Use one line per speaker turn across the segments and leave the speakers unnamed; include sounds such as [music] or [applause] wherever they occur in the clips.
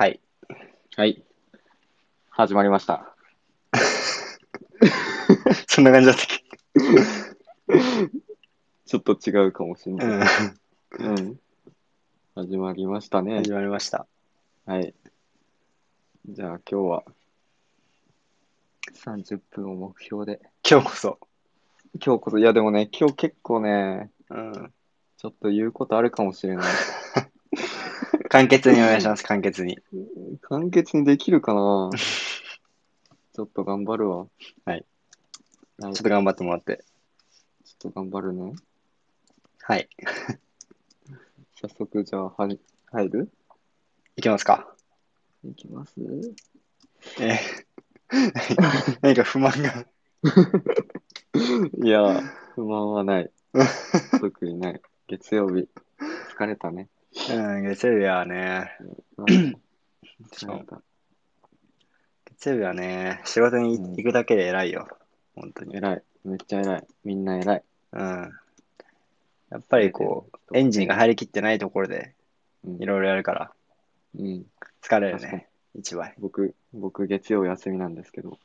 はい。始まりました。
[laughs] そんな感じだったっけ
ちょっと違うかもしれ
う
ない。
ん。
うん。始まりましたね。
始まりました。
はい。じゃあ今日は30分を目標で。
今日こそ。
今日こそ、いやでもね、今日結構ね、
うん。
ちょっと言うことあるかもしれ [laughs] ない。
簡潔にお願いします、簡潔に。
簡潔にできるか [laughs] なちょっと頑張るわ。は
はい。
い、
ちょっ
ちょ
と頑張ってもらって。
っと頑張るね。
はい。
早速、じゃあ、は入る
いきますか。
いきます
え [laughs] ー何か不満が。
いや、不満は
[laughs]
ない。特にない。月曜日、疲れたね。
うん、月曜日はね、
疲
そう
れた。
月曜日はね、仕事に
うん
行くだけで偉いよ。本当に。
偉い。めっちゃ偉い。みんな偉い。
うん。やっぱりこう、エンジンが入りきってないところで、
うん
いろいろやるから、
うん。
疲れる
確かに
ね。一倍。
僕、僕、月曜休みなんですけど。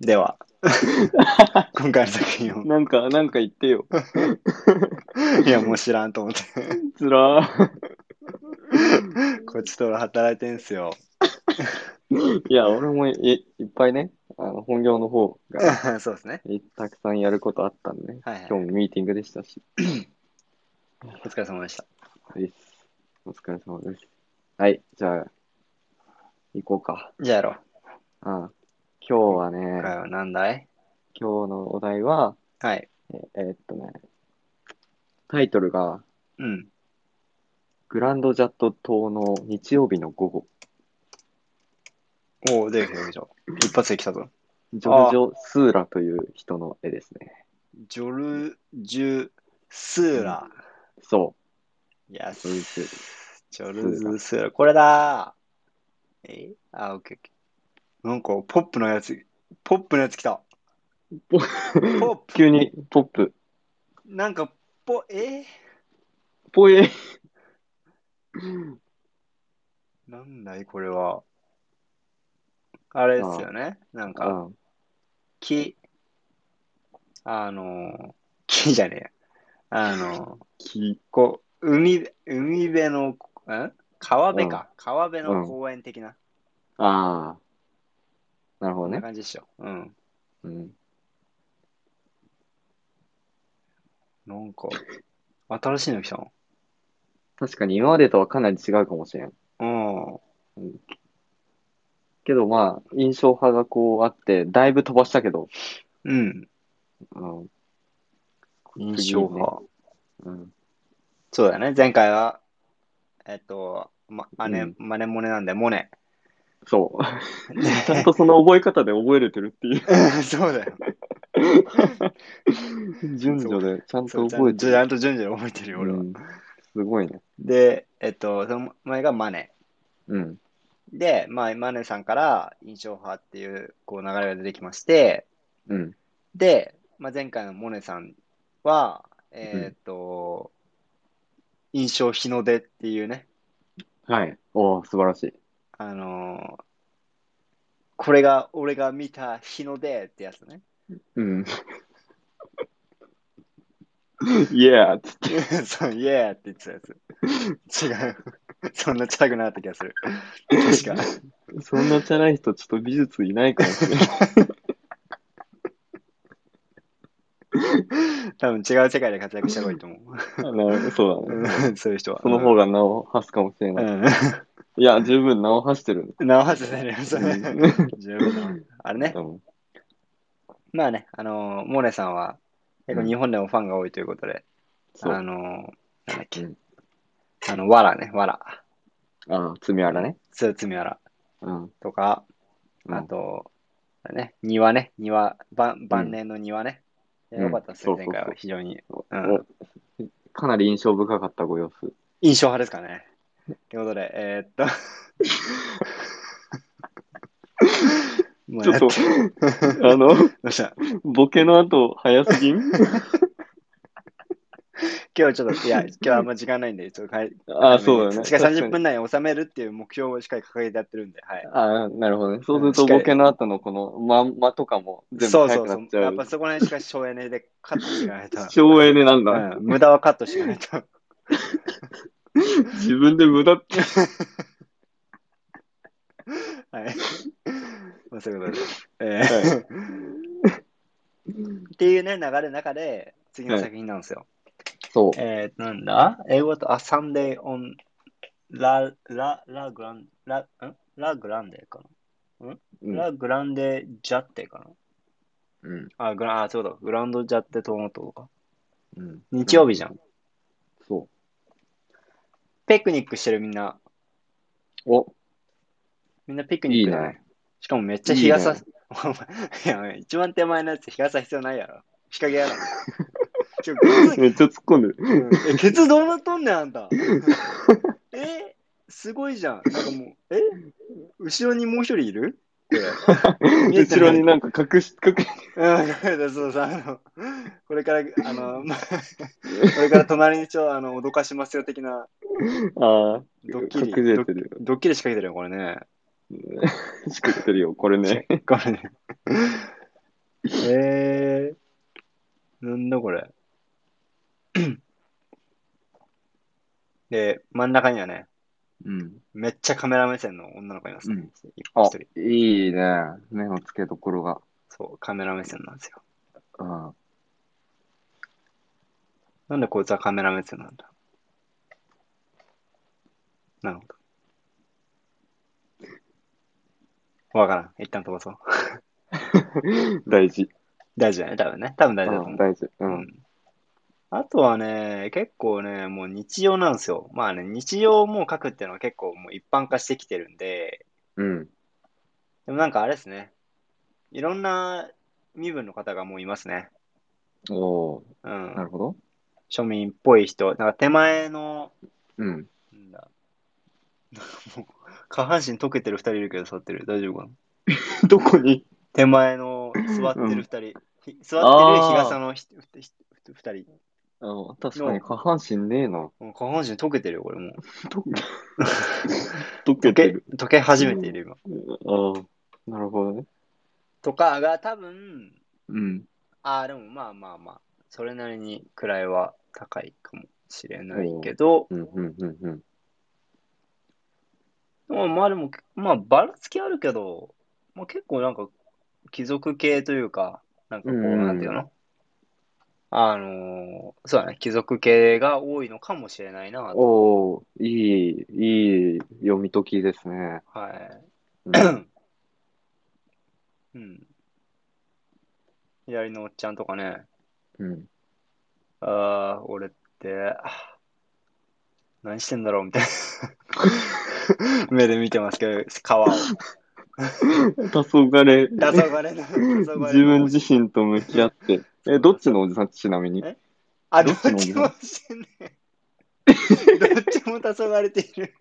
では、 [laughs] 今回の作品を。
なんか、なんか言ってよ。
いや、もう知らんと思って。
つらー。
こっちとら働いてんすよ。
いや、俺もいいっぱいね、あの本業の方が
[laughs] そうですね。
いたくさんやることあったんでね。
はいはい
今日もミーティングでしたし。
お疲れ様でした。
はいお疲れ様です。はい、じゃあ、行こうか。
じゃあやろう。
あ今日はね、
今回は何だい
今日のお題は、
はい。
ええーっとね、タイトルが、
うん。
グランドジャット島の日曜日の午後、
おお、出てきた出てきた一発で来たぞ。
ジョルジョ・スーラという人の絵ですね。
ジョルジュ・スーラ。
そ
いや、ス
ジョルジュ
ジョルジュ・スーラ。これだーえあ、オッケーオッケー。なんか、ポップのやつ、ポップのやつ来た。
ポ
ポッ
う。
プ。
急にポップ。
なんか、ポ、え
ぽえ。
ー、なんだいこれは。あれですよね。なんか、
あ
木、あの、木じゃねえや。あの、
き、
こう、海辺、海辺の、ん川辺か。川辺
うん
の公園的な、
ああ。なるほ
こ
ど
んな
ね。
感じでしょ。うん。
うん。
なんか、新しいの来たの
確かに今までとはかなり違うかもしれん。
うん。
けどまあ、印象派がこうあって、だいぶ飛ばしたけど、
うん。
うん、
印象派。
うん。
そうだね。前回は、えっと、ま、あ
う
ね
ん、
マネモネなんで、
[laughs]
モネ。
そう。 [laughs] ちゃんとその覚え方で覚えれてるっていう。
そうだよ。
順序でちゃんと
そうちゃん
覚え
ち
てる。
ゃんと順序で覚えてるよ、俺は。
うんすごいね。
で、えっと、その前がマネ。
うん。
で、まあ、マネさんから印象派っていう、こう流れが出てきまして、
うん。
で、まあ、前回のモネさんは、えーっと、印象日の出っていうね、
はい。おお、素晴らしい。
あのーこれが俺が見た日の出ってやつね。 [laughs]
うん。 [laughs] いや、つって。
そう、イエーって言ってたやつ。違う。そんなチャラくなかった気がする。確か。
そんなチャラい人、ちょっと美術いないかもしれない。
多分違う世界で活躍した方がいいと思う。
あのそうだね。
うん [laughs] そういう人は。
その方が名を発すかもしれない。
う
いや、十分名を発してる。
ん。なおはずされますね。
う
十分だあれね。
うん
まあね、あのーモネさんは、結
うん
構日本でもファンが多いということで、
そう。
あ
あ
のーなんだっけ、
うん
あの、わらね、わら、
あ、罪あらね。
つつみわら
うん。
とか、
うん
あと、あれね、庭ね、庭、晩晩年の庭ね。
ん
いやよかったですね、
うん
前回
そうそうそ
は
う
非常に。
お
うん
かなり印象深かったご様子。
印象派ですかね。ということで、
[laughs]
えーっと。もう
ちょ
や
っ
っ
と、
[laughs]
あの、
どうした [laughs]
ボケの後、早すぎん
今日ちょっと、いや、今日はあんま時間ないんで、ちょっとかい、
ああ、そうだね。
しか
確か
30
に
分内に収めるっていう目標をしっかり掲げてやってるんで、はい。
ああ、なるほどね。そうする
う
と、
んしっかり
ボケの後のこのまんまとかも全部
そう
早
そ
く
う
な
そ
っ
う。
ちゃ
やっ
う
ぱ。そこら辺しか省エネでカットしないと。
[laughs] 省エネなんだ。
うん、無駄はカットしないと。 [laughs]
自分で無駄って。
はい。まあ、そういうことです。えー
は
[laughs] っていうね、流れの中で、次の作品なんですよ。
そう。
えー、なんだ英語と、あ、サンデーオン、ラ、ラ、ラグラン、ラ、んラグランデか
う
な、
ん
ラグランデジャッテかな
うん
あ、グラン、あ、そうだ、グランドジャッテトマトか。
うん
日曜日じゃん。
そ
ピクニックしてるみんな。
う。お、
みんなピクニ
い
ッ
い
クだね。
ね。
しかもめっちゃ日傘、
いい
いや、一番手前のやつ日傘必要ないやろ。日陰
[laughs]
やろ。ちょ、ごめん
めっちゃ突っ込んでる。
え、ケツどうなっとんねん、あんた。 [laughs] え、すごいじゃん。なんかもう、え、後ろにもう一人いるこれ。見え
後
てない
ろになんか隠
[laughs]
し、隠し、
うん、そうそう、あの、これから、あの、 [laughs] ま、これから隣にちょ、あの、脅かしますよ的な、
ああ、
ドッ
[laughs]
キリ
隠れてる
ドッキリ仕掛けてるよ、これね。
よ。仕掛けてるよ、これ
[laughs]
ね。
これね。えー、なんだこれ。で、真ん中にはね、
うん。
めっちゃカメラ目線の女の子いますね。
うん
一
あ
人。、
いいね。目の付けどころが。
そう、カメラ目線なんですよ。
あ
なんでこいつはカメラ目線なんだなるほど。わからん。一旦飛ばそう。 [laughs]
大事。
大丈夫だね、多分ね。多分大丈夫だと
う
思
ん
う。
大事。う。
うんんあとはね、結構ね、もう日常なんですよ。まあね、日常をもう書くっていうのは結構もう一般化してきてるんで、
うん。
でもなんかあれですね。いろんな身分の方がもういますね。
おー、
う
なる
ん。
ほど。
庶民っぽい人、なんか手前の
うん。
なんだ。 [laughs] もう下半身溶けてる2人いるけど座ってる。大丈夫かな
[laughs] どこに
手前の座ってる2人。ひ座ってる日傘のひひひ2人。
あの確かに下半身ねえな。
もう下半身溶けてるよ、これもう。
と溶けて
溶け
る。
溶け始めている、今。
ああ、なるほどね。
とかが多分、
うん。
ああ、でもまあまあまあ、それなりに位は高いかもしれないけど、
うん、うん、うん、うん。
まあまあでも、まあばらつきあるけど、まあ、結構なんか貴族系というか、なんかこ
う
う、
ん
なんていうのあのーそうだね、貴族系が多いのかもしれないなと。
おー、いい、いい読み解きですね。
は
うん、
い。うん。左のおっちゃんとかね、
うん
ああ、俺って、何してんだろうみたいな [laughs] 目で見てますけど、川を。
黄昏、
黄昏の、黄昏の。
自分自身と向き合って。え、どっちのおじさんちなみに
えあ、ど
ど
っ
っちの
ち
女
もしてんね。どっちも黄昏ている。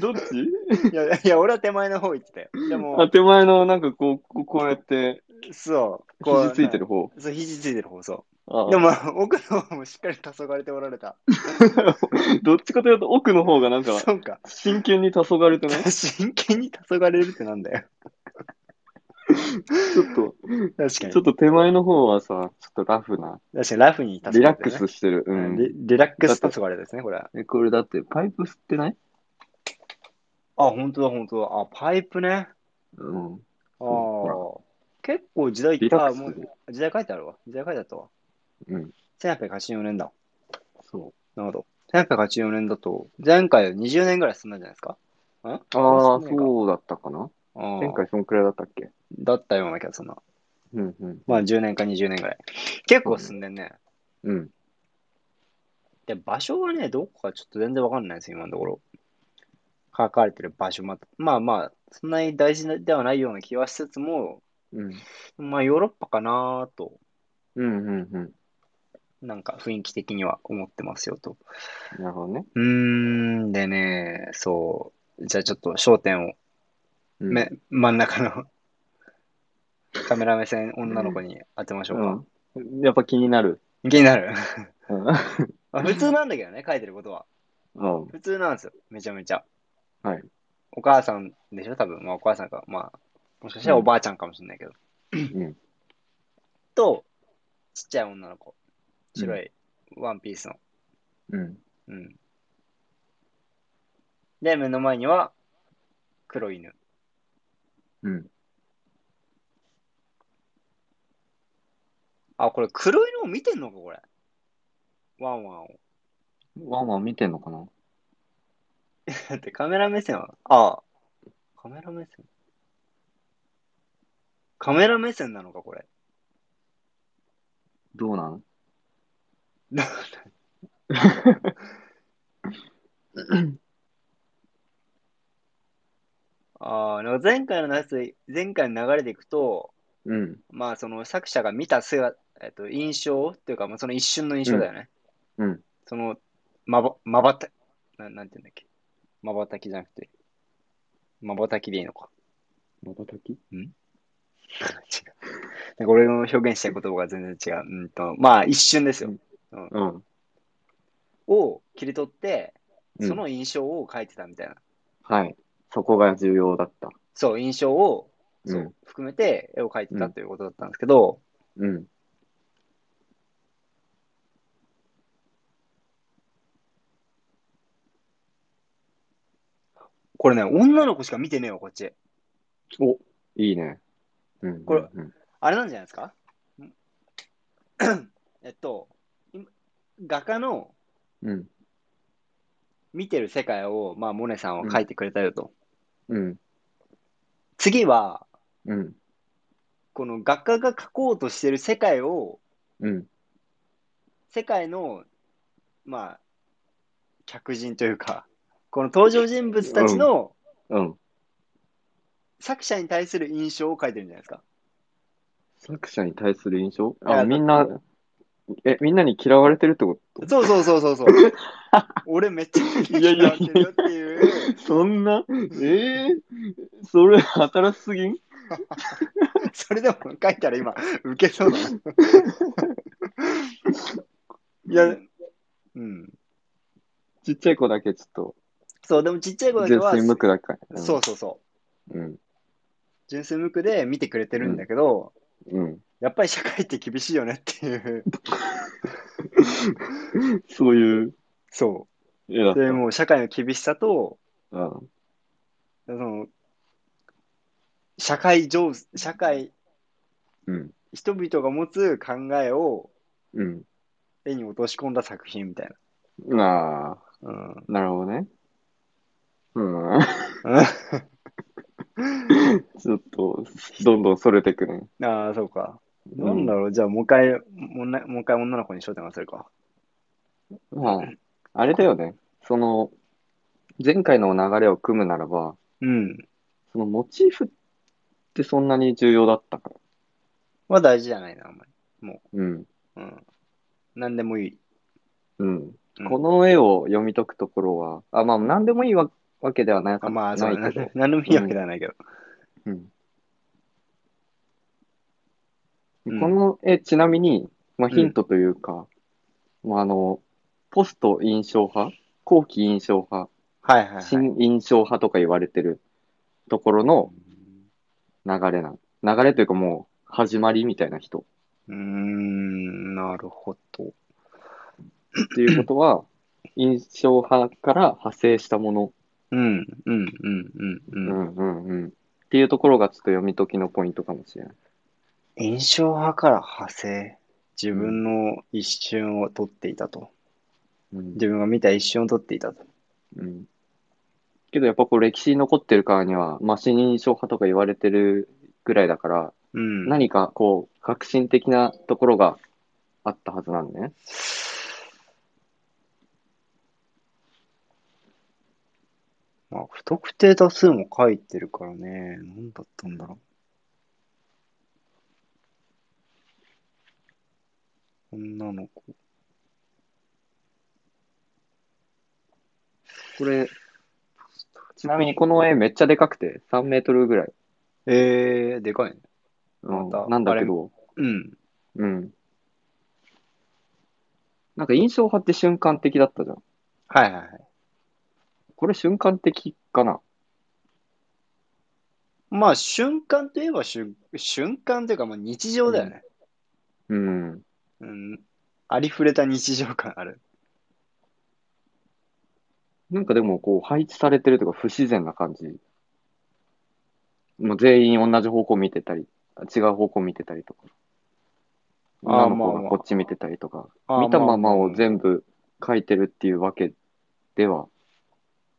どっち
いや、いや俺は手前の方行ってたよ。で
あ、
も、
手前のなんかこう、こうこうやって、
そう、こう
肘ついてる方。
そう、肘ついてる方、そ
あ
う。
ー
でも、奥の方もしっかり黄昏ておられた。
どっちかというと奥の方がなんか、
そうか。
真剣に黄昏てね。
真剣に黄昏るってなんだよ。
ちょっと、
確かに。
ちょっと手前の方はさ、ちょっとラフな、
確かにラフに黄昏れて
リ
るね
ラックスしてる。う
うん
ん。
リリラックス黄昏れですね、これ。あ、
え、これだって、パイプ吸ってない
本当だ、本当だ。あ、パイプね。
うん。
あ
ほら
あ。結構時代、
リラッ
あ
クス
も
する。
う時代書いてあるわ。時代書いてあったわ。
うん。
1884年だ。
そ
なるほど。1884年だと、前回は20年ぐらい進んだんじゃないですか
う。ああ、
そうですね
そうだったかな前
前
回そんくらいだったっけ
だったような気がするな。
うんうん。
まあ10年か20年ぐらい。結構進んでんね。
うん。
で、場所はね、どこかちょっと全然わかんないです、今のところ。書かれてる場所ま、まあまあ、そんなに大事ではないような気はしつつも、
うん。
まあヨーロッパかなと、
うんうんうん。
なんか雰囲気的には思ってますよと。
なるほどね。
うーん、でね、そう。じゃあちょっと焦点を
うん
め、真ん中の [laughs] カメラ目線女の子に当てましょうか。
うん。やっぱ気になる。
気になる
うん。
[laughs] まあ普通なんだけどね、書いてることは。
うん。
普通なんですよ、めちゃめちゃ。
はい。
お母さんでしょ、多分。まあ、お母さんか、まあ、もしかしたらおばあちゃんかもしれないけど。
うん。
と、ちっちゃい女の子。白いワンピースの。
うん。
うん。で、目の前には黒犬。
うん。
あ、これ黒犬を見てんのか、これ。ワンワンを。 [laughs]
ワンワン見てんのかな
だってカメラ目線は、ああ。カメラ目線カメラ目線なのか、これ。
どうなん
ああ、なんか前回のやつ、前回の流れでいくと、
うん。
まあ、その作者が見た姿、えっと、印象っていうか、まあ、その一瞬の印象だよね。
うんうん
その、まば、まばた、ななんていうんだっけ。まばたきじゃなくて、まばたきでいいのか。
まばたき
違う。なんか俺の表現したい言葉が全然違う。うんと、まあ、一瞬ですよ。
うん。
を切り取って、
うん
その印象を書いてたみたいな。
はい。そこが重要だった。
そう、印象を、そう
うん
含めて絵を描いてたということだったんですけど、
うん。
これね、女の子しか見てねえよ、こっち。
おいいね。うん。
これ
うん。
あれなんじゃないですか [coughs] んえっと、今画家の
うん。
見てる世界を、まあ、モネさんは描いてくれたよと。
うん。
次は、
うん。
この画家が描こうとしてる世界を、
うん。
世界の、まあ、客人というか、この登場人物たちの
うん。
作者に対する印象を描いてるんじゃないですか。
作者に対する印象
いや
あ、
だって
みんな、え、みんなに嫌われてるってこ
そうそうそうそうそう。
[laughs]
俺めっちゃ嫌われてるよっていう。 [laughs]
とそんな、えそれ新しすぎん
それでも書いたら今、受けそうだな。いや、うん。
ちっちゃい子だけちょっと、
そう、でもちっちゃい子だけ
純
は、
粋無垢だから。ん
そうそうそう。
うん。
純粋無垢で見てくれてるんだけど、
うん。
やっぱり社会って厳しいよねっ
[laughs]
ていう。
そういう
そ
絵だ
う。
った。
でもう社会の厳しさと、
うん。
その、社会上、社会、
うん。
人々が持つ考えを
うん。
絵に落とし込んだ作品みたい
あ
な。うん。
あ、なるほどね。うん。 [laughs] ちょっと、どんどんそれてくね。
ああ、そうか。
う
なんだろう、じゃあもう一回、もんなもう一回女の子に焦点を合わせるか。
まあ、あれだよね。その、前回の流れを組むならば、
うん。
そのモチーフってそんなに重要だったから。
は大事じゃないな、あんまり。
うん。
うん。何でもいい。
うん。
うん
この絵を読み解くところは、あ、まあ、なんでもいいわ、わけではないか
あまあ、そう
ないけど
ね。。何でもいいわけではないけど。
うん。
うん
この絵、ちなみに、まあ、ヒントというか、まあ、あの、ポスト印象派、後期印象派、
はいはいはい。
新印象派とか言われてるところの流れなの。流れというかもう、始まりみたいな人。
うーん、なるほど。
っていうこと
[laughs]
は、印象派から派生したもの。
うん、うん、うん、う、
うん
うん。
んうんうん。っていうところがちょっと読み解きのポイントかもしれない。
印象派から派生。自分の一瞬を撮っていたと。
うん
自分が見た一瞬を撮っていたと。
うん。けどやっぱこう歴史に残ってるからには、まあ、新印象派とか言われてるぐらいだから、
うん。
何かこう、革新的なところがあったはずなんね。
まあ、不特定多数も書いてるからね。何だったんだろう。女の子。
これ、ちなみにこの絵めっちゃでかくて、3メートルぐらい。
えー、でかいね。
うん
また
なんだけど、
うん。
うん。なんか印象派って瞬間的だったじゃん。
はいはいはい。
これ瞬間的かな。
まあ、瞬間といえば瞬瞬間というか、まあ、日常だよね、
うん。
うん。ありふれた日常感ある。
なんかでもこう配置されてるというか不自然な感じ。もう全員同じ方向見てたり、違う方向見てたりとか。
あー
女の子
まあま
が
あ
こっち見てたりとか。
あー
見たままを
部。
全部書いてるっていうわけでは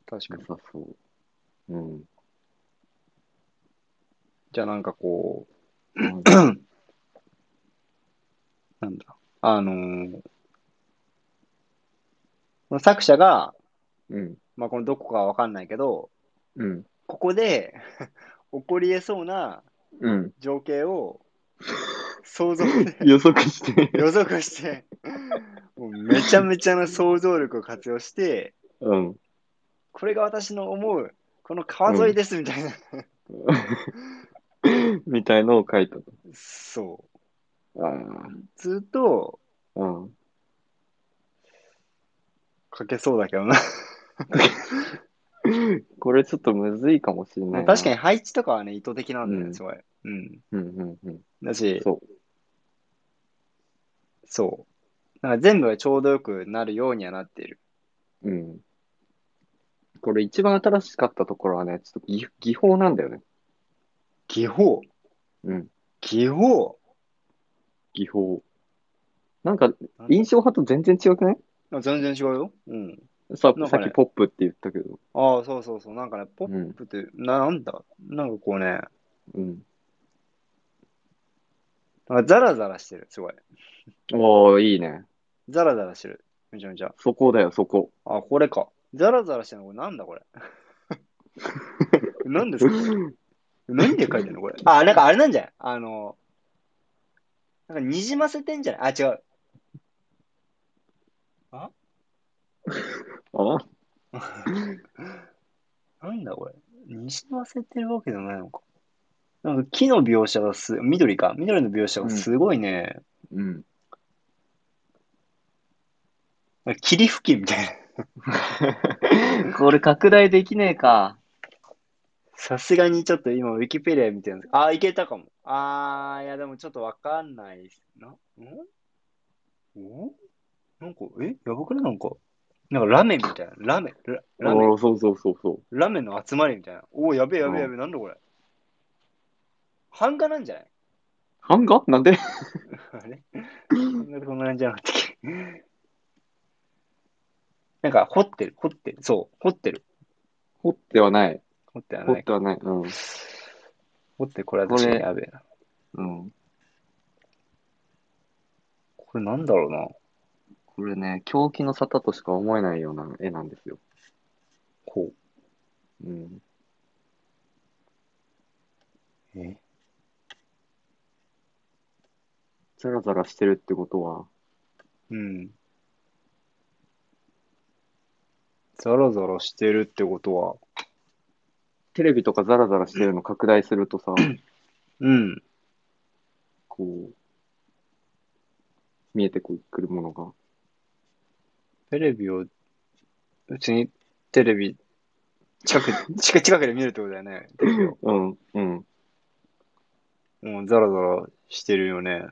確か
な
に。
さそう。
[clears throat]
うん。
じゃあなんかこう、
うん
なんだ、あのーまあ作者が、
うん。
まあ、このどこかはわかんないけど、
うん。
ここで [laughs] 起こり得そうな
うん。
情景を想像で
予測して。
予測して、もうめちゃめちゃな想像力を活用して、
[laughs] うん。
これが私の思う、この川沿いですみたいな。
みたいのを書いた
そ
と。あ
う。ずっと
あ。うん。
書けそうだけどな。
これちょっとむずいかもしれないな。
確かに配置とかはね、意図的なんだよ
う
ね、
ん
すごい。うん。
うんうんうん。
だし、
そ
そう。なんか全部がちょうどよくなるようにはなっている。
う。うん。これ一番新しかったところはね、ちょっと技技法なんだよね。
技法
うん。
技法
技法。なんか、印象派と全然違くない
あ全然違うよ。うん。
さ
なん
さ
か
っ
ね
きポップって言ったけど。
ああ、そうそうそう。なんかね、ポッ
うん。
プって、なんだなんかこうね、
うん。
なんかザラザラしてる。すごい。
おー、いいね。
ザラザラしてる。めちゃめちゃ。
そこだよ、そこ。
あ、これか。ザラザラしてるのこれなんだこれ。 [laughs] 何ですかこれ何で書いてんのこれ。 [laughs] あ、なんかあれなんじゃないあの、なんかにじませてんじゃないあ、違う。
あ
なんだこれ。にじませてるわけじゃないのか。なんか木の描写がす、緑か。緑の描写がすごいね、
うん。
なんか霧吹きみたいな。
[laughs] これ拡大できねえか。
さすがにちょっと今、ウィキペディア見てるんですあー、いけたかも。あー、いや、でもちょっとわかんないっすな。んんなんか、えやばくないなんか、なんかラメみたいな。ラメ、ラ
ああ
ラメ、、
そうそうそうそう。
ラメの集まりみたいな。おー、やべえやべえやべえ、なんだこれ。版画なんじゃない
版画なんで [laughs]
あれ版画ってこんな感じじゃなかったっけなんか、彫ってる、彫ってる。そう、彫ってる。
掘ってはない。
彫っては
掘
な
っ
い。
てはない。うん。
彫ってる、これは確か
こ
に
れ
やべえな。
うん。
これなんだろうな。
これね、狂気の沙汰としか思えないような絵なんですよ。
こう。
うん。
え
ザラザラしてるってことは、
うん。ザラザラしてるってことは、
テレビとかザラザラしてるの拡大するとさ、
うん。
こう、見えてくるものが。
テレビを、別にテレビ、近く、近近くで見るってことだよね。テレビを。
うん、うん。
もうザラザラしてるよね。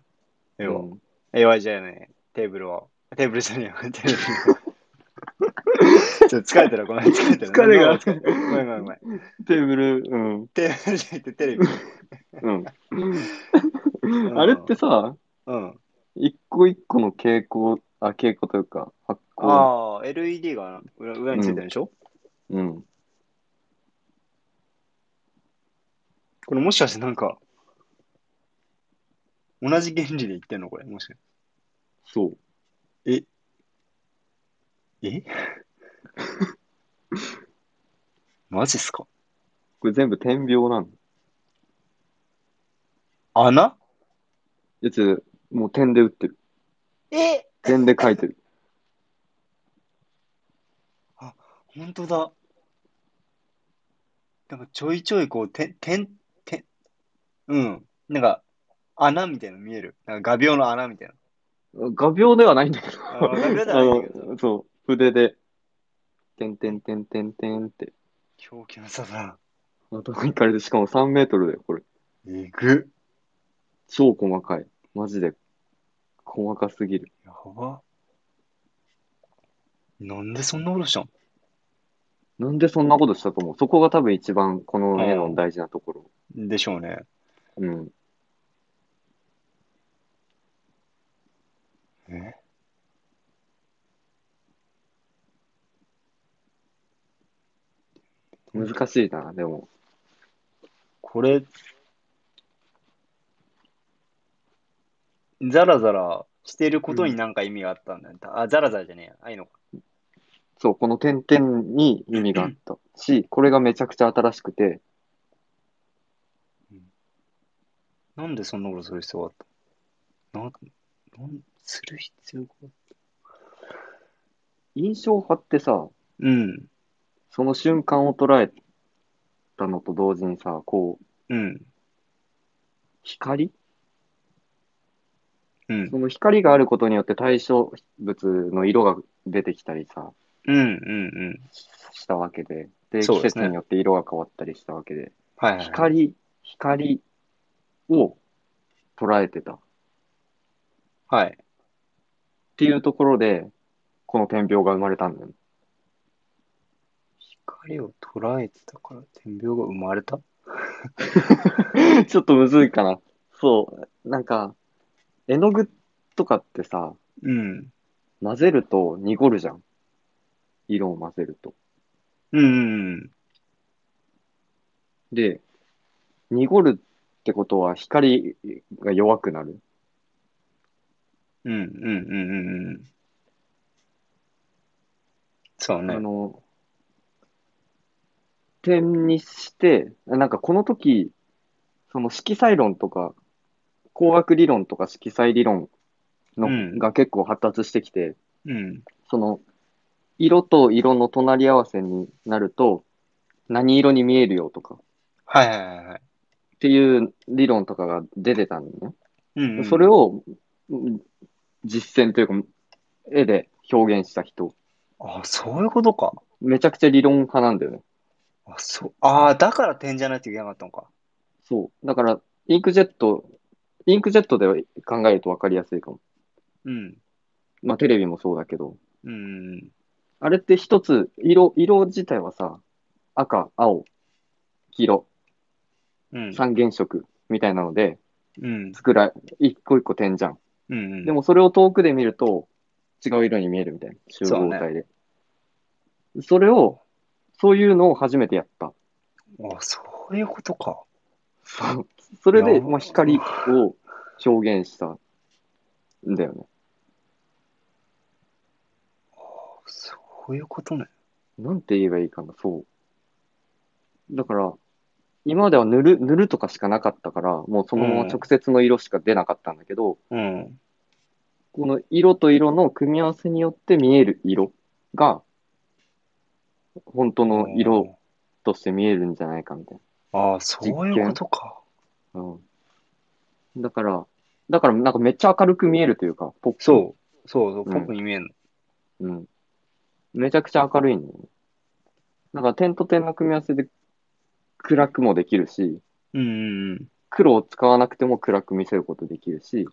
絵は。
うん
絵はじゃねテーブルは。テーブルじゃねえよ。テレビ
[laughs]
は。ちょっと疲れてる、ごめん、疲れてる。
疲れが
ごめん、ごめん、ごめんごめん。
テーブル、うん、
テーブルじゃなくてテレビ。
うん。 [laughs] あれってさ、
うん。
一個一個の傾向、あ、傾向というか、発光。
ああ、LED が裏裏についてるでしょ、
うん。
これもしかしてなんか、同じ原理で言ってんのこれ。もしかし
そう。
て。えマジっすか
これ全部点描なの。
穴
やつ、もう点で打ってる。
え
点で書いてる。
本当だ。なんかちょいちょいこう、点、点、点、うん。なんか、穴みたいなの見える。なんか画鋲の穴みたいな。
[laughs] 画鋲ではないんだけど。
あー画鋲ではないんだけど
あのそう、筆で、てんてんてんてんてんって。
狂気の空。
また行かれて、しかも3メートルだよ、これ。
えぐ。
超細かい。マジで、細かすぎる。
やば。なんでそんなことしたん
なんでそんなことしたと思うそこが多分一番この絵の大事なところ。
でしょうね。
うん。
え
難しいな、でも。
これ、ザラザラしてることになんか意味があったんだよ、ねあ、ザラザラじゃねえや。ああいうのか。
そう、この点々に意味があったし、これがめちゃくちゃ新しくて、
なんでそんなことする必要があったなんなん、する必要があっ
印象派ってさ、
たうん、
その瞬間を捉えたのと同時にさ、こう、
うん、
光
うん、
その光があることによって対象物の色が出てきたりさ、
うん、うん、うん。
したわけで、で、
そう
季
ですね
節によって色が変わったりしたわけで、
はいはい、はい。
光、光を捉えてたっ
はい。
ていうところで、この点描が生まれたんだよね。 [laughs]
光を捉えてたから点描が生まれた
ちょっとむずいかな。そう、なんか、絵の具とかってさ、
うん。
混ぜると濁るじゃん。色を混ぜると。
うんうんうん。
で、濁るってことは光が弱くなる。
うんうんうんうんうん。そうね
あ。の、点にして、なんかこの時、その色彩論とか、光学理論とか色彩理論の、
うん
が結構発達してきて、
うん。
その、色と色の隣り合わせになると、何色に見えるよとか、
はいはいはいはい。
っていう理論とかが出てたんだよね。
うんうん
それをうん実践というか、絵で表現した人、
あ、そういうことか。
めちゃくちゃ理論派なんだよね。
あ、そう。ああ、だから点じゃないといけなかったのか。
そう。だから、インクジェット、インクジェットで考えると分かりやすいかも。
うん。
まあ、テレビもそうだけど、
うんうん。
あれって一つ、色、色自体はさ、赤、青、黄色、
うん。
三原色みたいなので、
うん。
作ら、一個一個点じゃん。
うんうん。
で、もそれを遠くで見ると違う色に見えるみたいな集合体で。それを、そういうのを初めてやった。
あ、そういうことか。
そうそれ
い
で、
や
まあ、光を表現したんだよね。
そういうことね。
なんて言えばいいかな、そう。だから、今までは塗る塗るとかしかなかったから、もうそのまま直接の色しか出なかったんだけど、
うん。
この色と色の組み合わせによって見える色が、本当の色として見えるんじゃないかみたい
ああ、そういうことか。
な。うん。だから、だからなんかめっちゃ明るく見えるというか、ポップ。
そう。そうそう。
う
ポ
ん
ップに見えるの。
うん。めちゃくちゃ明るいんだよね。だから点と点の組み合わせで暗くもできるし、
うんうんうん。
黒を使わなくても暗く見せることできるし、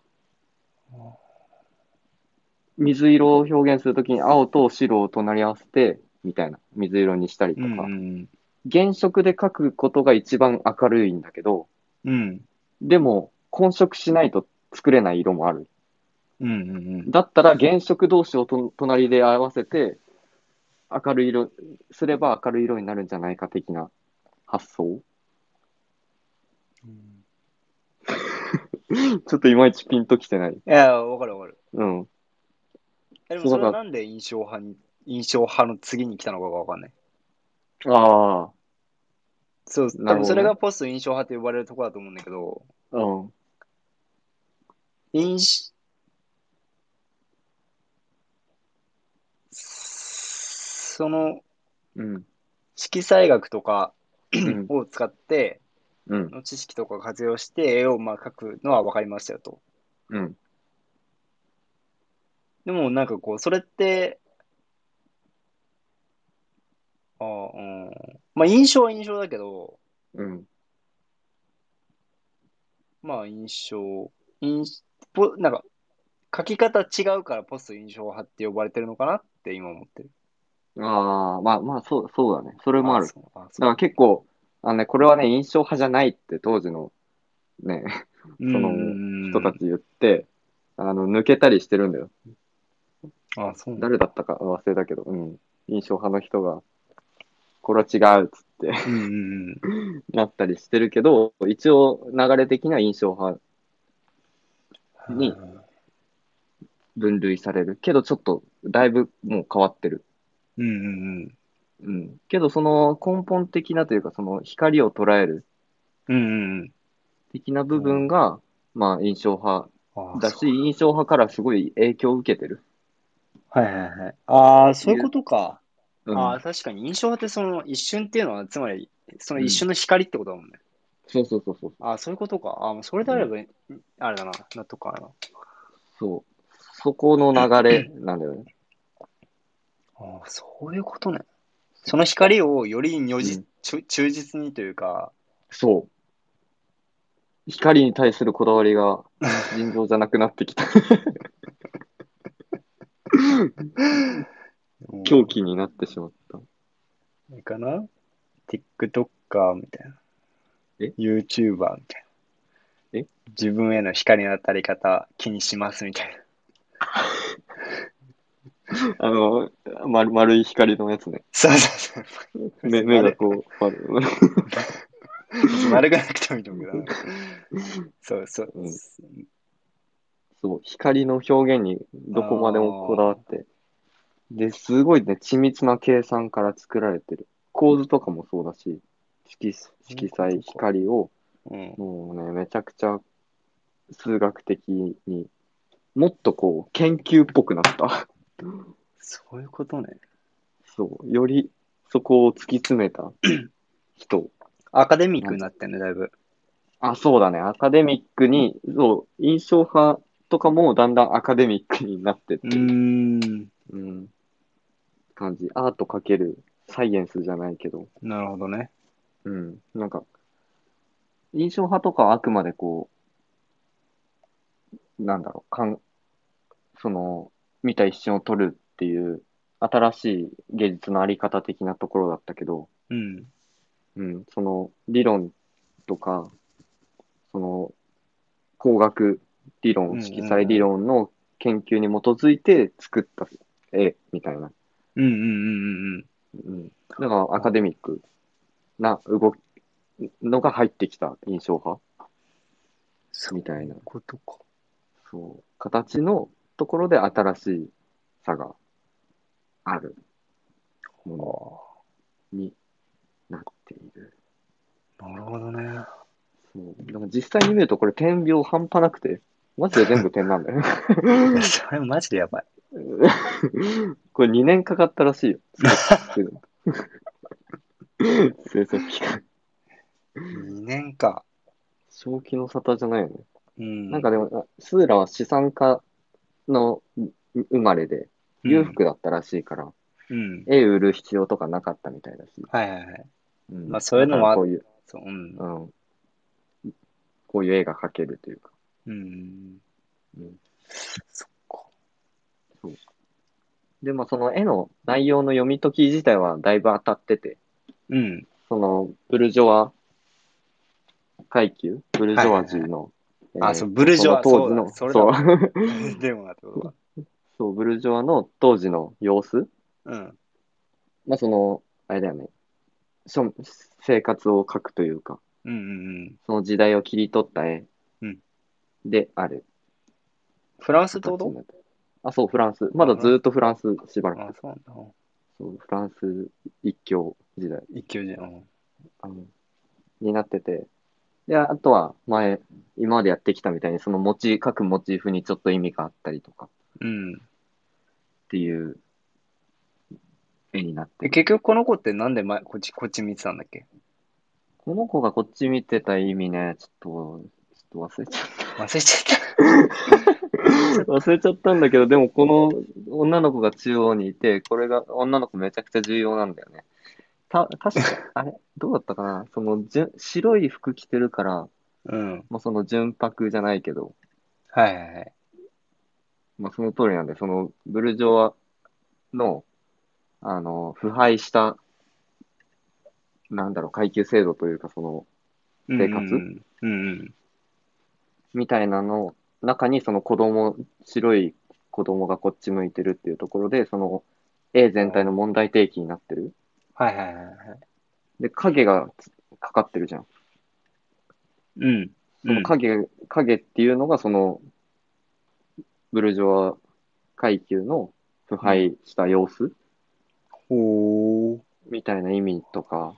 水色を表現するときに青と白を隣り合わせて、みたいな、水色にしたりと
う
か、
んうん
原色で描くことが一番明るいんだけど、
うん。うん。
でも混色しないと作れない色もある。
うんうんうん。
だったら原色同士をと隣で合わせて、明るい色、すれば明るい色になるんじゃないか的な発想。
うん
ちょっといまいちピンときてない。
いや、わかるわかる。
うん。
えでも
そう
それは
だか
なんで印象派に、印象派の次に来たのかがわかんない。
ああ、
そう、
なるほ
多
どね
分それがポスト印象派と呼ばれるところだと思うんだけど、
うん。
印その
うん。
色彩学とか
うん。
を使って、
うん。
の知識とか活用して絵をまあ描くのは分かりましたよと。
うん。
でもなんかこう、それって、ああ、うん。まあ印象は印象だけど、
うん。
まあ印象、印ぽなんか、書き方違うからポスト印象派って呼ばれてるのかなって今思ってる。
ああ、まあまあ、そう、そうだね。それ
そ
もある。だ
そうあそ
から結構、あのね、これはね、印象派じゃないって当時のね、その人たち言って、あの、抜けたりしてるんだよ。
あ、そうだ。
誰だったか忘れたけど、うん。印象派の人が、これは違うっつって
うんうんうん。
なったりしてるけど、一応流れ的には印象派に分類されるけど、ちょっとだいぶもう変わってる。
うんうんうん。
うん。けど、その根本的なというか、その光を捉える
うんうんうん
的な部分が、まあ、印象派
ああ。
だ
そ
し、印象派からすごい影響を受けてる。
うはいはいはい。ああ、そういうことか。
うん、
ああ、確かに印象派ってその一瞬っていうのは、つまり、その一瞬の光ってことだもんね。
そうそうそうそう。
ああ、そういうことか。ああ、もうそれであれば、あれだな、納得かな。
そう。そこの流れなんだよ
[clears throat]
ね。
ああ、そういうことね。その光をより如実、ちゅ忠実にというか、
そう。光に対するこだわりが尋常じゃなくなってき
[laughs]
た。狂気になってしまった。
うん。かな ?TikToker みたいな。
え
?YouTuber みたいな。
え
自分への光の当たり方気にしますみたいな。 [laughs]
あの、丸丸い光のやつね。
そうそう
目目がこう、丸
そう。丸くなくてもいいと思うけど
[laughs]
な。そうそう。
うん [laughs] そう、光の表現にどこまでもこだわって。で、すごいね、緻密な計算から作られてる。構図とかもそうだし、色色彩、光を、
うん。
もうね、めちゃくちゃ数学的に、もっとこう、研究っぽくなった。 [laughs]
そういうことね。
そう、よりそこを突き詰めた人。
アカデミックになってんね、だいぶ。
あ、そうだね、アカデミックに、そう、印象派とかもだんだんアカデミックになってって
う
る。
ーん。
うん。感じ。アートかけるサイエンスじゃないけど、
なるほどね。
うん。なんか、印象派とかはあくまでこう、なんだろう、かん、その、見た一瞬を撮るっていう、新しい芸術のあり方的なところだったけど、
うん。
うん、その理論とか、その工学理
うんうんう
論、
ん
色彩理論の研究に基づいて作った絵みたいな
うんうんうんうん
うん、だからアカデミックな動きのが入ってきた印象派
うん。
みたいな
そううことか。
そう形のところで新しい差があるも
あ
のになっている。
あ。なるほどね。
そうだから実際に見るとこれ点描半端なくて、マジで全部点なんだ
[laughs]
よ。 [laughs]
それマジでやばい。
これ2年かかったらしいよ。 [laughs] 制作期間。
2年か。
正気の沙汰じゃないよね。
うん。
なんかでも、スーラは資産家のう生まれで、
うん
裕福だったらしいから、
うん。
絵売る必要とかなかったみたいだし。
はいはいはい。
うん
まあそういうのもあ
だからこういう、
そう、うん。
うん。こういう絵が描けるというか。
うん。
うん
そっか。
で、まあその絵の内容の読み解き自体はだいぶ当たってて、
うん。
そのブルジョワ階級、ブルジョワジーの、
あ、
えー
そう、ブルジョワ、
その当時の、
そうだ、
そう [laughs]
そ
そう
れだ。 [laughs] でもなってことか。
ブルジョワの当時の様子
うん。
まあその、あれだよね、しょ生活を描くというか、
うんうんうん。
その時代を切り取った絵
うん
である。
フランスってこと
形になってるあ、そう、フランス。まだずーっとフランスしばらく。
あ、そうなんだ。
そうフランス一強時代
一級じゃん。
あのになってて。で、あとは前、今までやってきたみたいに、そのモチ各モチーフにちょっと意味があったりとかっ
うん。
ていう絵になって
え
る
結局この子ってなんで前こっち、こっち見てたんだっけ
この子がこっち見てた意味ね、ちょっと、ちょっと忘れちゃった。
忘れちゃっ
忘れちゃったんだけど、でもこの女の子が中央にいて、これが女の子めちゃくちゃ重要なんだよね。た、確か、あれ、どうだったかなその、じゅ白い服着てるから、
うん。
まあ、その純白じゃないけど、
はいはいはい。
まあ、その通りなんで、その、ブルジョワの、あの、腐敗した、なんだろう、階級制度というか、その、生活
うんうんうん。
みたいなの中に、その子供、白い子供がこっち向いてるっていうところで、その、A 全体の問題提起になってる。
はいはいはいはい。
で、影がつかかってるじゃん。
うん。
その影、影っていうのが、その、ブルジョワ階級の腐敗した様子、
ほー。
みたいな意味とか、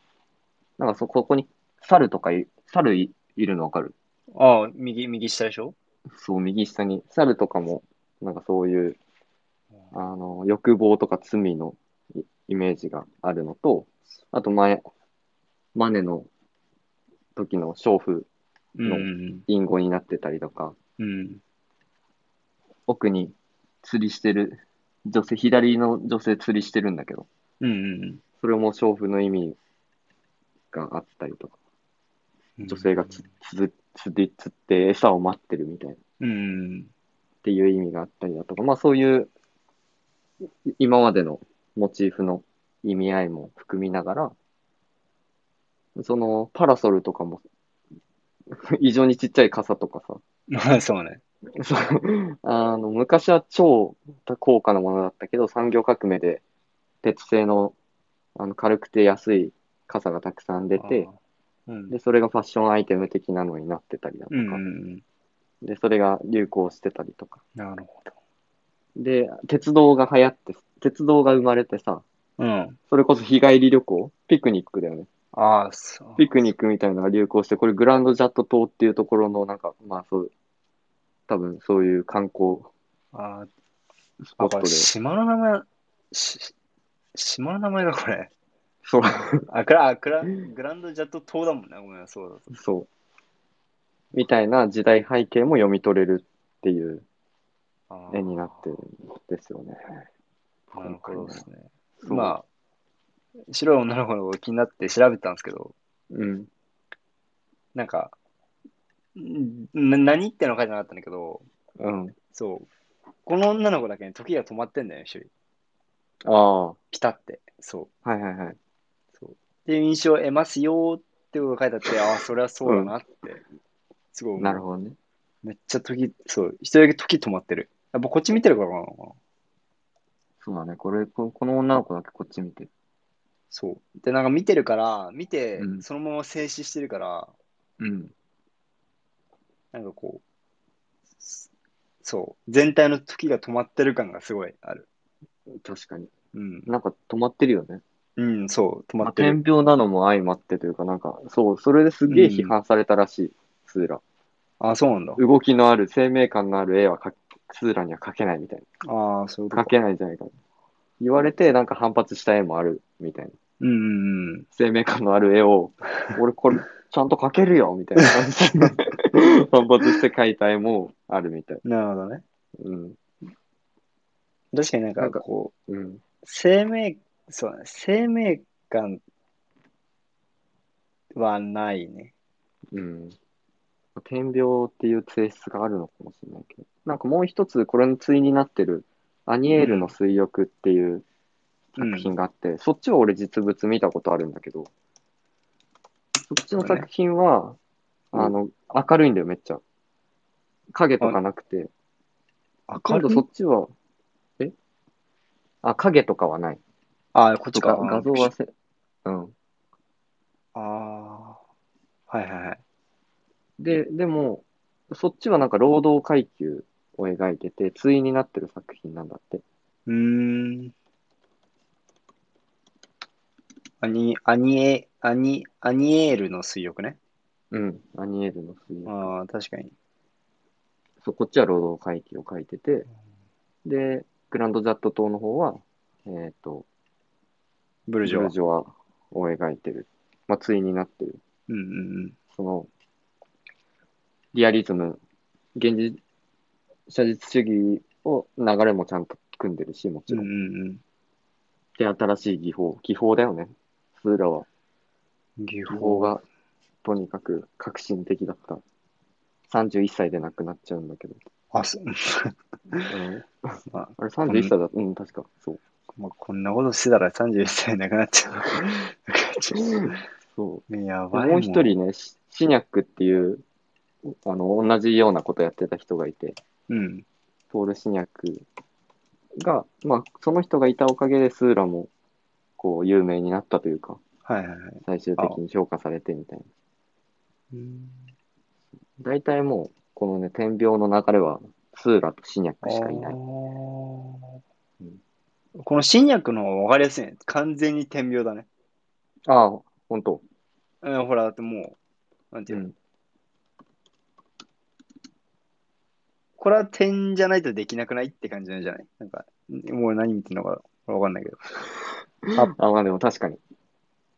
なんかそここに猿とかい、猿いいるのわかる
ああ、右、右下でしょ
そう、右下に。猿とかも、なんかそういう、あの、欲望とか罪のイイメージがあるのと、あと前、マネの時の娼婦、
うん
の
うん
隠語になってたりとか、
うん。うん。
奥に釣りしてる女性、左の女性釣りしてるんだけど、
うんうん
それも娼婦の意味があったりとか、
うん。
女性がつ釣り釣って餌を待ってるみたいな。
うんうん。
っていう意味があったりだとか、まあそういうい今までのモチーフの意味合いも含みながら、そのパラソルとかも [laughs] 異常にちっちゃい傘とかさ、
まあ [laughs] そうね。
[laughs] そうあの昔は超高価なものだったけど、産業革命で鉄製のあの軽くて安い傘がたくさん出て
あ、あ、うん。
で、それがファッションアイテム的なのになってたりだと
う
か、
んうんうん。
で、それが流行してたりとか。
なるほど。
で、鉄道が流行って、鉄道が生まれてさ、
うん。
それこそ日帰り旅行、ピクニックだよね。
ああ、そう。
ピクニックみたいなのが流行して、これグランドジャット島っていうところの、なんか、まあそう、多分そういう観光
あ
スポ
あ、
ットで
これ、。島の名前、し、島の名前がこれ。
そう、
あ、くら、あ、くら、グランドジャット島だもんね。ごめん、そうだそう。
そう。みたいな時代背景も読み取れるっていう
ああ
絵になってるんですよね。
なるほどですね。
そう
まあ、白い女の子のこと気になって調べたんですけど、
うん。
なんか、んな何ってのは書いてなかったんだけど、
うん。
そう。この女の子だけに時が止まってんだよね、一人。
ああ。は
ピタって。そう。
いはいはい。
そうっていう印象を得ますよってことが書いてあって、ああ、それはそうだなって。すごい思う
なるほどね。
めっちゃ時、そう、一人だけ時止まってる。やっぱこっち見てるからかなのかな。
そうだね。これ、ここの女の子だけこっち見てる。
そう。で、なんか見てるから、見て
う、ん
そのまま静止してるから、
うん。
なんかこう、すそう、全体の時が止まってる感がすごいある。
確かに。
うん、
なんか止まってるよね。
うん、そう、止
ま
ま
あ、
ってる。
天秤なのも相まってというか、なんか、そう、それですげえ批判されたらしい、スーラ。
あ、そうなんだ。
動きのある、生命感のある絵はかスーラには描けないみたい
ああ、そういう
な。描
こと。
けないんじゃないかな。言われて、なんか反発した絵もあるみたいな。
うん、うん、うん。
生命感のある絵を、俺これ、ちゃんと描けるよみたいな感じで反発して描いた絵もあるみたい。
なるほどね。
うん。
確かになん
な
か
んか
こう、
うん。
生命、そうだね、生命感はないね。
うん。天秤っていう性質があるのかもしれないけど。なんかもう一つ、これの対になってる、アニエールの水浴っていう作品があって、そっちは俺実物見たことあるんだけど、そっちの作品は、
うん
あの、明るいんだよ、めっちゃ。影とかなくて。
明
今
る
度
い
そっちは、えあ、影とかはない。
ああ、こっち
と
か。
か、画像はせ、うん。
ああ、はいはいはい。
で、でも、そっちはなんか労働階級を描いてて、対になってる作品なんだって。
うーん。アニ、アニエ、アニ、アニエールの水浴ね。
うん、アニエールの水曜。
ああ、確かに。
そう、こっちは労働階級を描いてて、で、グランドジャット島の方は、えっ、と、
ブ
ブ
ルジョワ。
ワを描いてる。まあ、対になってる。
うんうんうん。
その、リアリズム、現実写実主義を流れもちゃんと組んでるし、もち
うん
ろ。
うんん
で、新しい技法、技法だよね。スーラは。
うん。
技
技
法。がとにかく革新的だった。31歳で亡くなっちゃうんだけど。
あ、そう。 [laughs]
うん
まあ、
あれ31歳だった。うん、確か。そう。
まあ、こんなことしてたら31歳なくなっちゃう。 [laughs] なくなっちゃ。
そう
ね [laughs] や
う。で
ばいん。
もう一人ね、シシニャックっていう、あの、同じようなことやってた人がいて、
うん。
トール・シニャックが、まあ、その人がいたおかげでスーラも、こう、有名になったというか、
はいはいはい。
最終的に評価されてみたいな。
うん
大体もう、このね、天秤の流れは、スーラとシニャックしかいないう
あ。ー
ん
この新薬の方が分かりやすいね。完全に点描だね。
ああ、本当。
うん、ほら、だってもう、なんていうの、
うん
これは点じゃないとできなくないって感じなんじゃないなんか、もう何見てんのか分かんないけど。
[laughs] あ、まあでも確かに。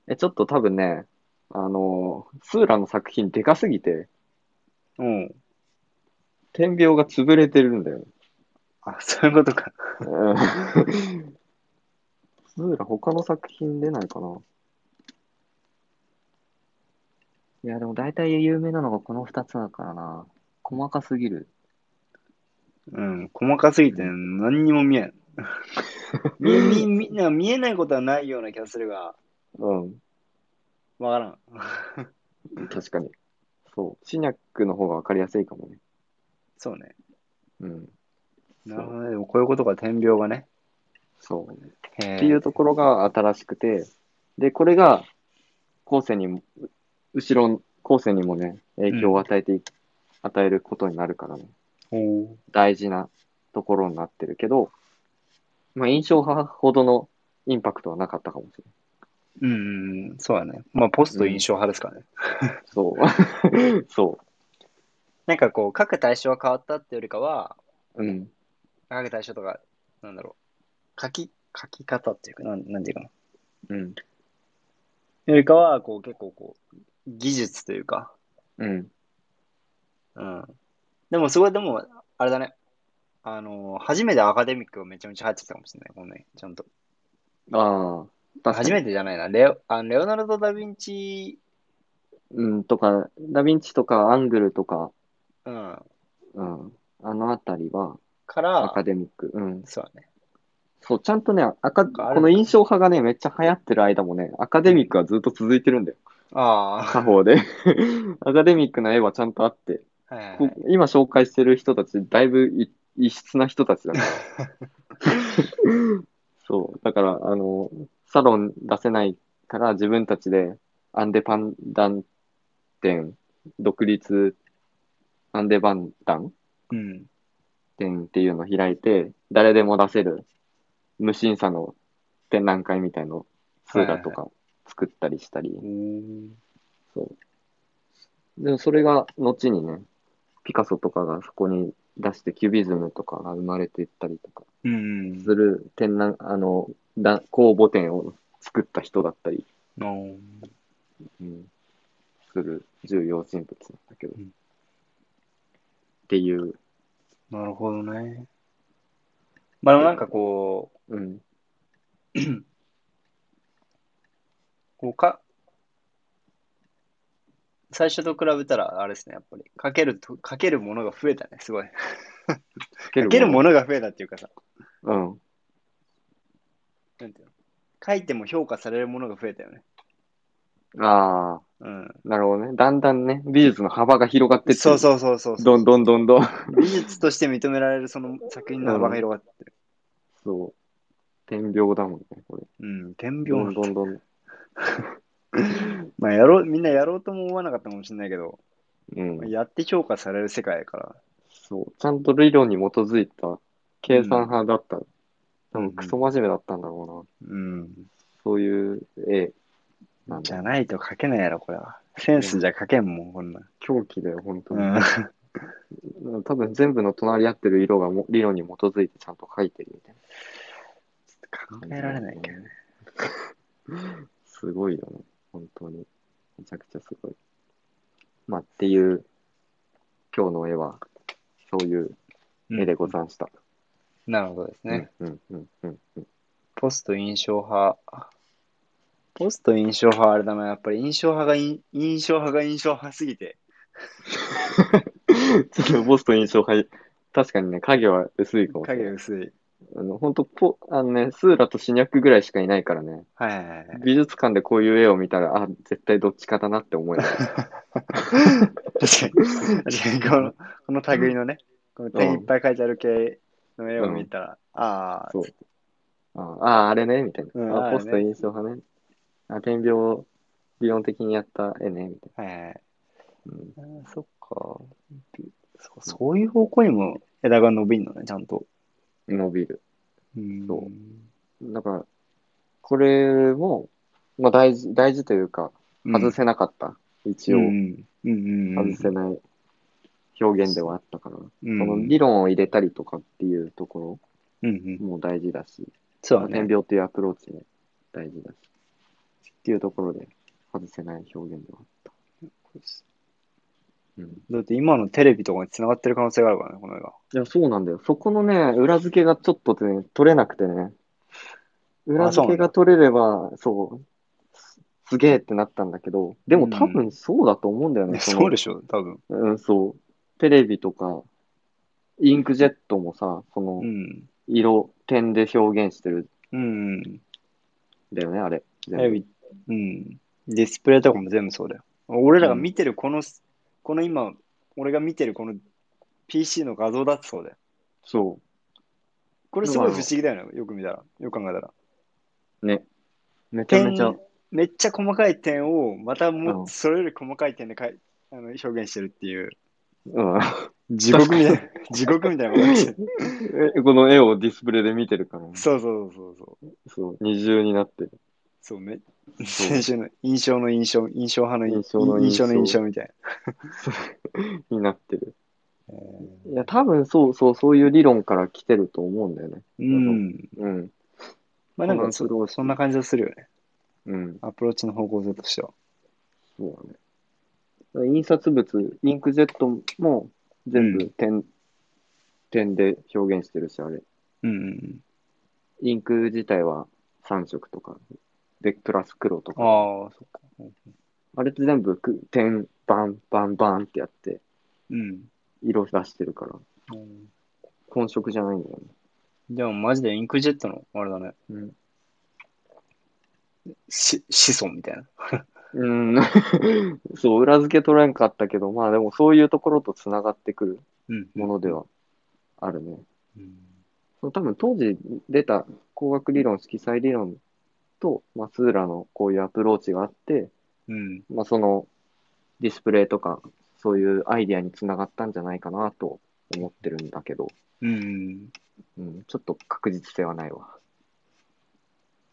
え、ちょっと多分ね、あのースーラの作品でかすぎて、
うん。
天秤が潰れてるんだよね。
あ、そういうことか。
うんスーラ他の作品出ないかな。いや、でも大体有名なのがこの2つだからな。細かすぎる。
うん、細かすぎて何にも見えん。見見見なんか見えないことはないような気がするが、
うん、
分からん。
確かに。そう。シニャックの方が分かりやすいかもね。
そうね。
うん。
なるほどね。でもこういうことが点描がね。
そう。そう
っ
っていうところが新しくて、で、これが後世にも、う後ろの後世にもね、影響を与えてい、与えることになるからね、
お
大事なところになってるけど、まあ、印象派ほどのインパクトはなかったかもしれ
うん、そうだね。まあ、ポスト印象派ですからね。
ない。そう。 [laughs] そ
なんかこう、各対象は変わったっていうよりかは、
う。うん。
各対象とか、なんだろう、書き、書き方っていうか、なんなんていうかな。
うん。
よりかは、こう、結構こう、技術というか、
うん。
うん。でも、すごい、でも、あれだね。あの、初めてアカデミックがめちゃめちゃ入ってきたかもしれない、このね、ちゃんと。
ああ、確か
初
に。
めてじゃないな。レオ、あレオナルド・ダ・ヴィンチ、
うん、とか、ダヴィンチとか、アングルとか、
うん、
うん、あのあたりは、
か
ア
ら
カ、デミック、うん、
そうだね。
そう、ちゃんとね、赤
かあれ
この印象派がね、めっちゃ流行ってる間もね、アカデミックはずっと続いてる
[laughs]
んだよ。
あ
他方で。 [laughs] アカデミックな絵はちゃんとあって、
あ、はいはいは
こ
い。
今紹介してる人たち、だいぶい異質な人たちだから。そう、だから、あの、サロン出せないから自分たちでアンデパンダン店、独立アンデパンダン
うん。
展っていうのを開いて、誰でも出せる無審査の展覧会みたいのをスーラとか作ったりしたり、
うん
そう。でもそれが後にね、ピカソとかがそこに出してキュビズムとかが生まれていったりとか
うん。
する展覧、あの、だ公募展を作った人だったり、
うん。
うん、する重要人物なんだけど、
うん
っていう、
なるほどね。まあ、でもなんかこう、
うん、
こうか、最初と比べたら、あれですね、やっぱり、かけると、かけるものが増えたね、すごい。か
書け
けるものが増えたっていうかさ、
うん、
なんていうの、書いても評価されるものが増えたよね。
ああ。
うん。
なるほどね。だんだんね、美術の幅が広がってってる
そうそうそうそうそう。
どんどんどんどん。
美術として認められるその作品の幅が広がってる。
そう。天秤だもんね、これ。
うん、天
ど
秤
んどんどん。
まあやろう、みんなやろうとも思わなかったかもしれないけど、
うん。
やって評価される世界やから。
そう。ちゃんと理論に基づいた計算派だった。多
ん
分クソ真面目だったんだろうな。
うん。
そういう絵なん
じ
だ。
ゃないと書けないやろ、これは。センスじゃ書けんもん、こんなん。
狂気だよ、本当
う
に。
ん。
多分全部の隣り合ってる色がも理論に基づいてちゃんと描いてるみたい
考
な。
えられないけどね。
うん。 [laughs] すごいよね。本当に。めちゃくちゃすごい。まあ、っていう、今日の絵は、そういう絵でござんした。
なるほどですね。
うんうんうんうん。
ポスト印象派。ポスト印象派はあれだな、やっぱり印象派がい印象派が印象派すぎて。
[laughs] ちょっとポスト印象派、確かにね、影は薄いかもしれ
影
ない。
薄い。
あの本当ポ、あのね、スーラとシニャックぐらいしかいないからね、
はいはい [laughs] はい。
美術館でこういう絵を見たら、あ、絶対どっちかだなって
[laughs]
思える。
確かに。確かに、この、この類のね、この手いっぱい書いてある系の絵を見たら、ああ、
そう。ああ、あれね、みたいな。
うん
あ
あれね
ポスト印象派ね。あ、天描、理論的にやった絵ね、みたい
はいはいはい。
な。うん
あーそっかそ。そういう方向にも枝が伸びんのね、ちゃんと。
伸びる。
うん
そだから、これも、まあ大事、大事というか、
うん。
外せなかった。一
う
応、
んうんうん。
外せない表現ではあったから。
うん。
その理論を入れたりとかっていうとこ
うんうん
ろ。も大事だし、
そうだ
天
ね。
描というアプローチも大事だし、っていうところで外せない表現ではあった。うん。
だって今のテレビとかに繋がってる可能性があるからね、この絵が。
いや、そうなんだよ。そこのね、裏付けがちょっとね、取れなくてね。裏付けが取れれば、そうす、すげえってなったんだけど、でも多分そうだと思うんだよね。
ね
その
そうでしょ、多分。
うん、そう。テレビとか、インクジェットもさ、その
う、ん。
色、点で表現してる
うんうん。
んだよね、あれ。テ
テレビ、うん。ディスプレイとかも全部そうだよ。俺らが見てるこの、この今、俺が見てるこの PC の画像だってそうだよ。
そ
これすごい不思議だよね、よく見たら。よく考えたら。
う。ね。めちゃめちゃ
点、めっちゃ細かい点を、またも
うん
う、それより細かい点でかいあの表現してるっていう、
うん。
地獄みたいな、地獄みたいなことが起きてる
え [laughs] この絵をディスプレイで見てるから、ね、
そうそうそうそう。
そう、二重になってる。
そうめ
そう
先週の印象の印象、印象派の
印象の印象
印象の印象みたい
になってる。
な。
いや、多分そうそう、そういう理論から来てると思うんだよね。
うん。
うん。
まあなんか
このアプロー
そ、
チ
そんな感じがするよね。
うん。
アプローチの方向性としては。
そうだね。印刷物、インクジェットも全
う
部点、点で表現してるし、あれ。
うん。
インク自体は3色とか、で、プラス黒と
ああ
か。あ、
そっか。
れって全部く点、バン、バン、バンってやって、
うん。
色出してるから、混色じゃないんだよね。
でもマジでインクジェットの、あれだね、
うん。
し子孫みたいな。
うん、 [laughs] そう、裏付け取れんかったけど、まあでもそういうところとつながってくる
うん。
ものではあるね。
うん。
その多分当時出た工学理論、色彩理論と、まあ、スーラのこういうアプローチがあって、
うん。
まあ、そのディスプレイとかそういうアイディアにつながったんじゃないかなと思ってるんだけど、
うん。
うん、ちょっと確実性はないわ。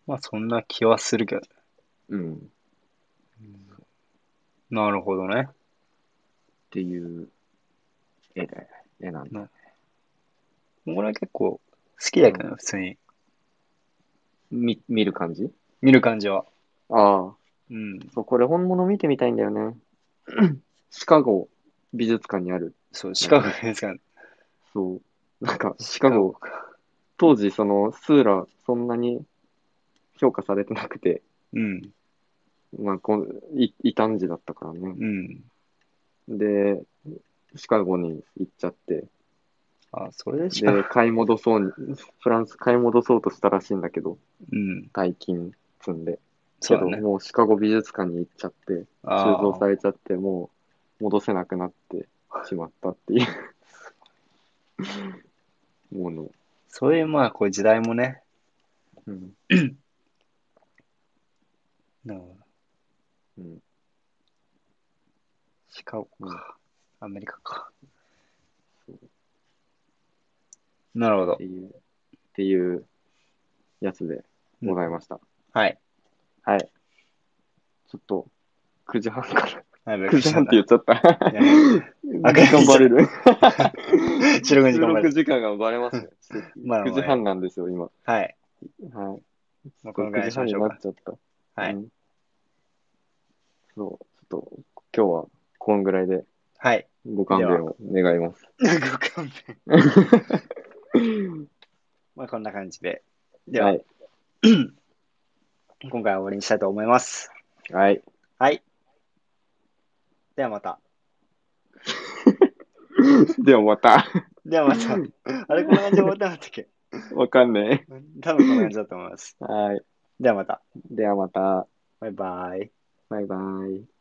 まあそんな気はするけど。
うん、っ
なるほどね。
ていう絵だよね絵なんだ。
俺は結構好きだけどね、普通に。
み見る感じ
見る感じは。
ああ、
うん。
そう、これ本物見てみたいんだよね。シカゴ美術館にある。
そう、シカゴですからね。
そう。なんか、シカゴ、当時、その、スーラ、そんなに評価されてなくて、
うん。
まあ、こうい異端児だったからね。
うん。
で、シカゴに行っちゃって、
あ、それでしか。
で、買い戻そうに、フランス買い戻そうとしたらしいんだけど、
うん。
大金積んで。
そ
け
うだ
ど、
ね。
もうシカゴ美術館に行っちゃって、収
あ
蔵さ
あ、
れちゃって、もう戻せなくなってしまったっていう [laughs] もの。
そういう、まあ、こう時代もね。
うん。
うん
うん。
シカゴか。アメリカか。
そう
なるほ
っ
ど
て。いう、っていうやつでございました。
はい。
はい。ちょっと、9時半
[laughs]
から。
はい、
9時半って言っちゃ [laughs] った。
やべあ
時間バレ
[laughs]
る。
え白組に
収
頑張
録
る。
時間がバレます
[laughs]
ね。
まあまあ
9時半なんですよ、今。
はい。
はい。
まあこのぐら
9
い
時
にし
半
ま
に
しょ
な
う
っ
か。
ちゃった。
は
う
い。
んそう、ちょっと、今日はこんぐらいで、
はい。
ご勘弁を願います。
[laughs] ご勘弁。 [laughs] まあ、こんな感じで。では、
はい。
今回は終わりにしたいと思います。
はい。
はい。ではまた。
でもまた、
ではまた。あれ、こんな感じで終わってなかったっけ
わかんね
多分こんな感じだと思います。
え。はい。
ではまた。
ではまた、
バイバイ。
バイバイ。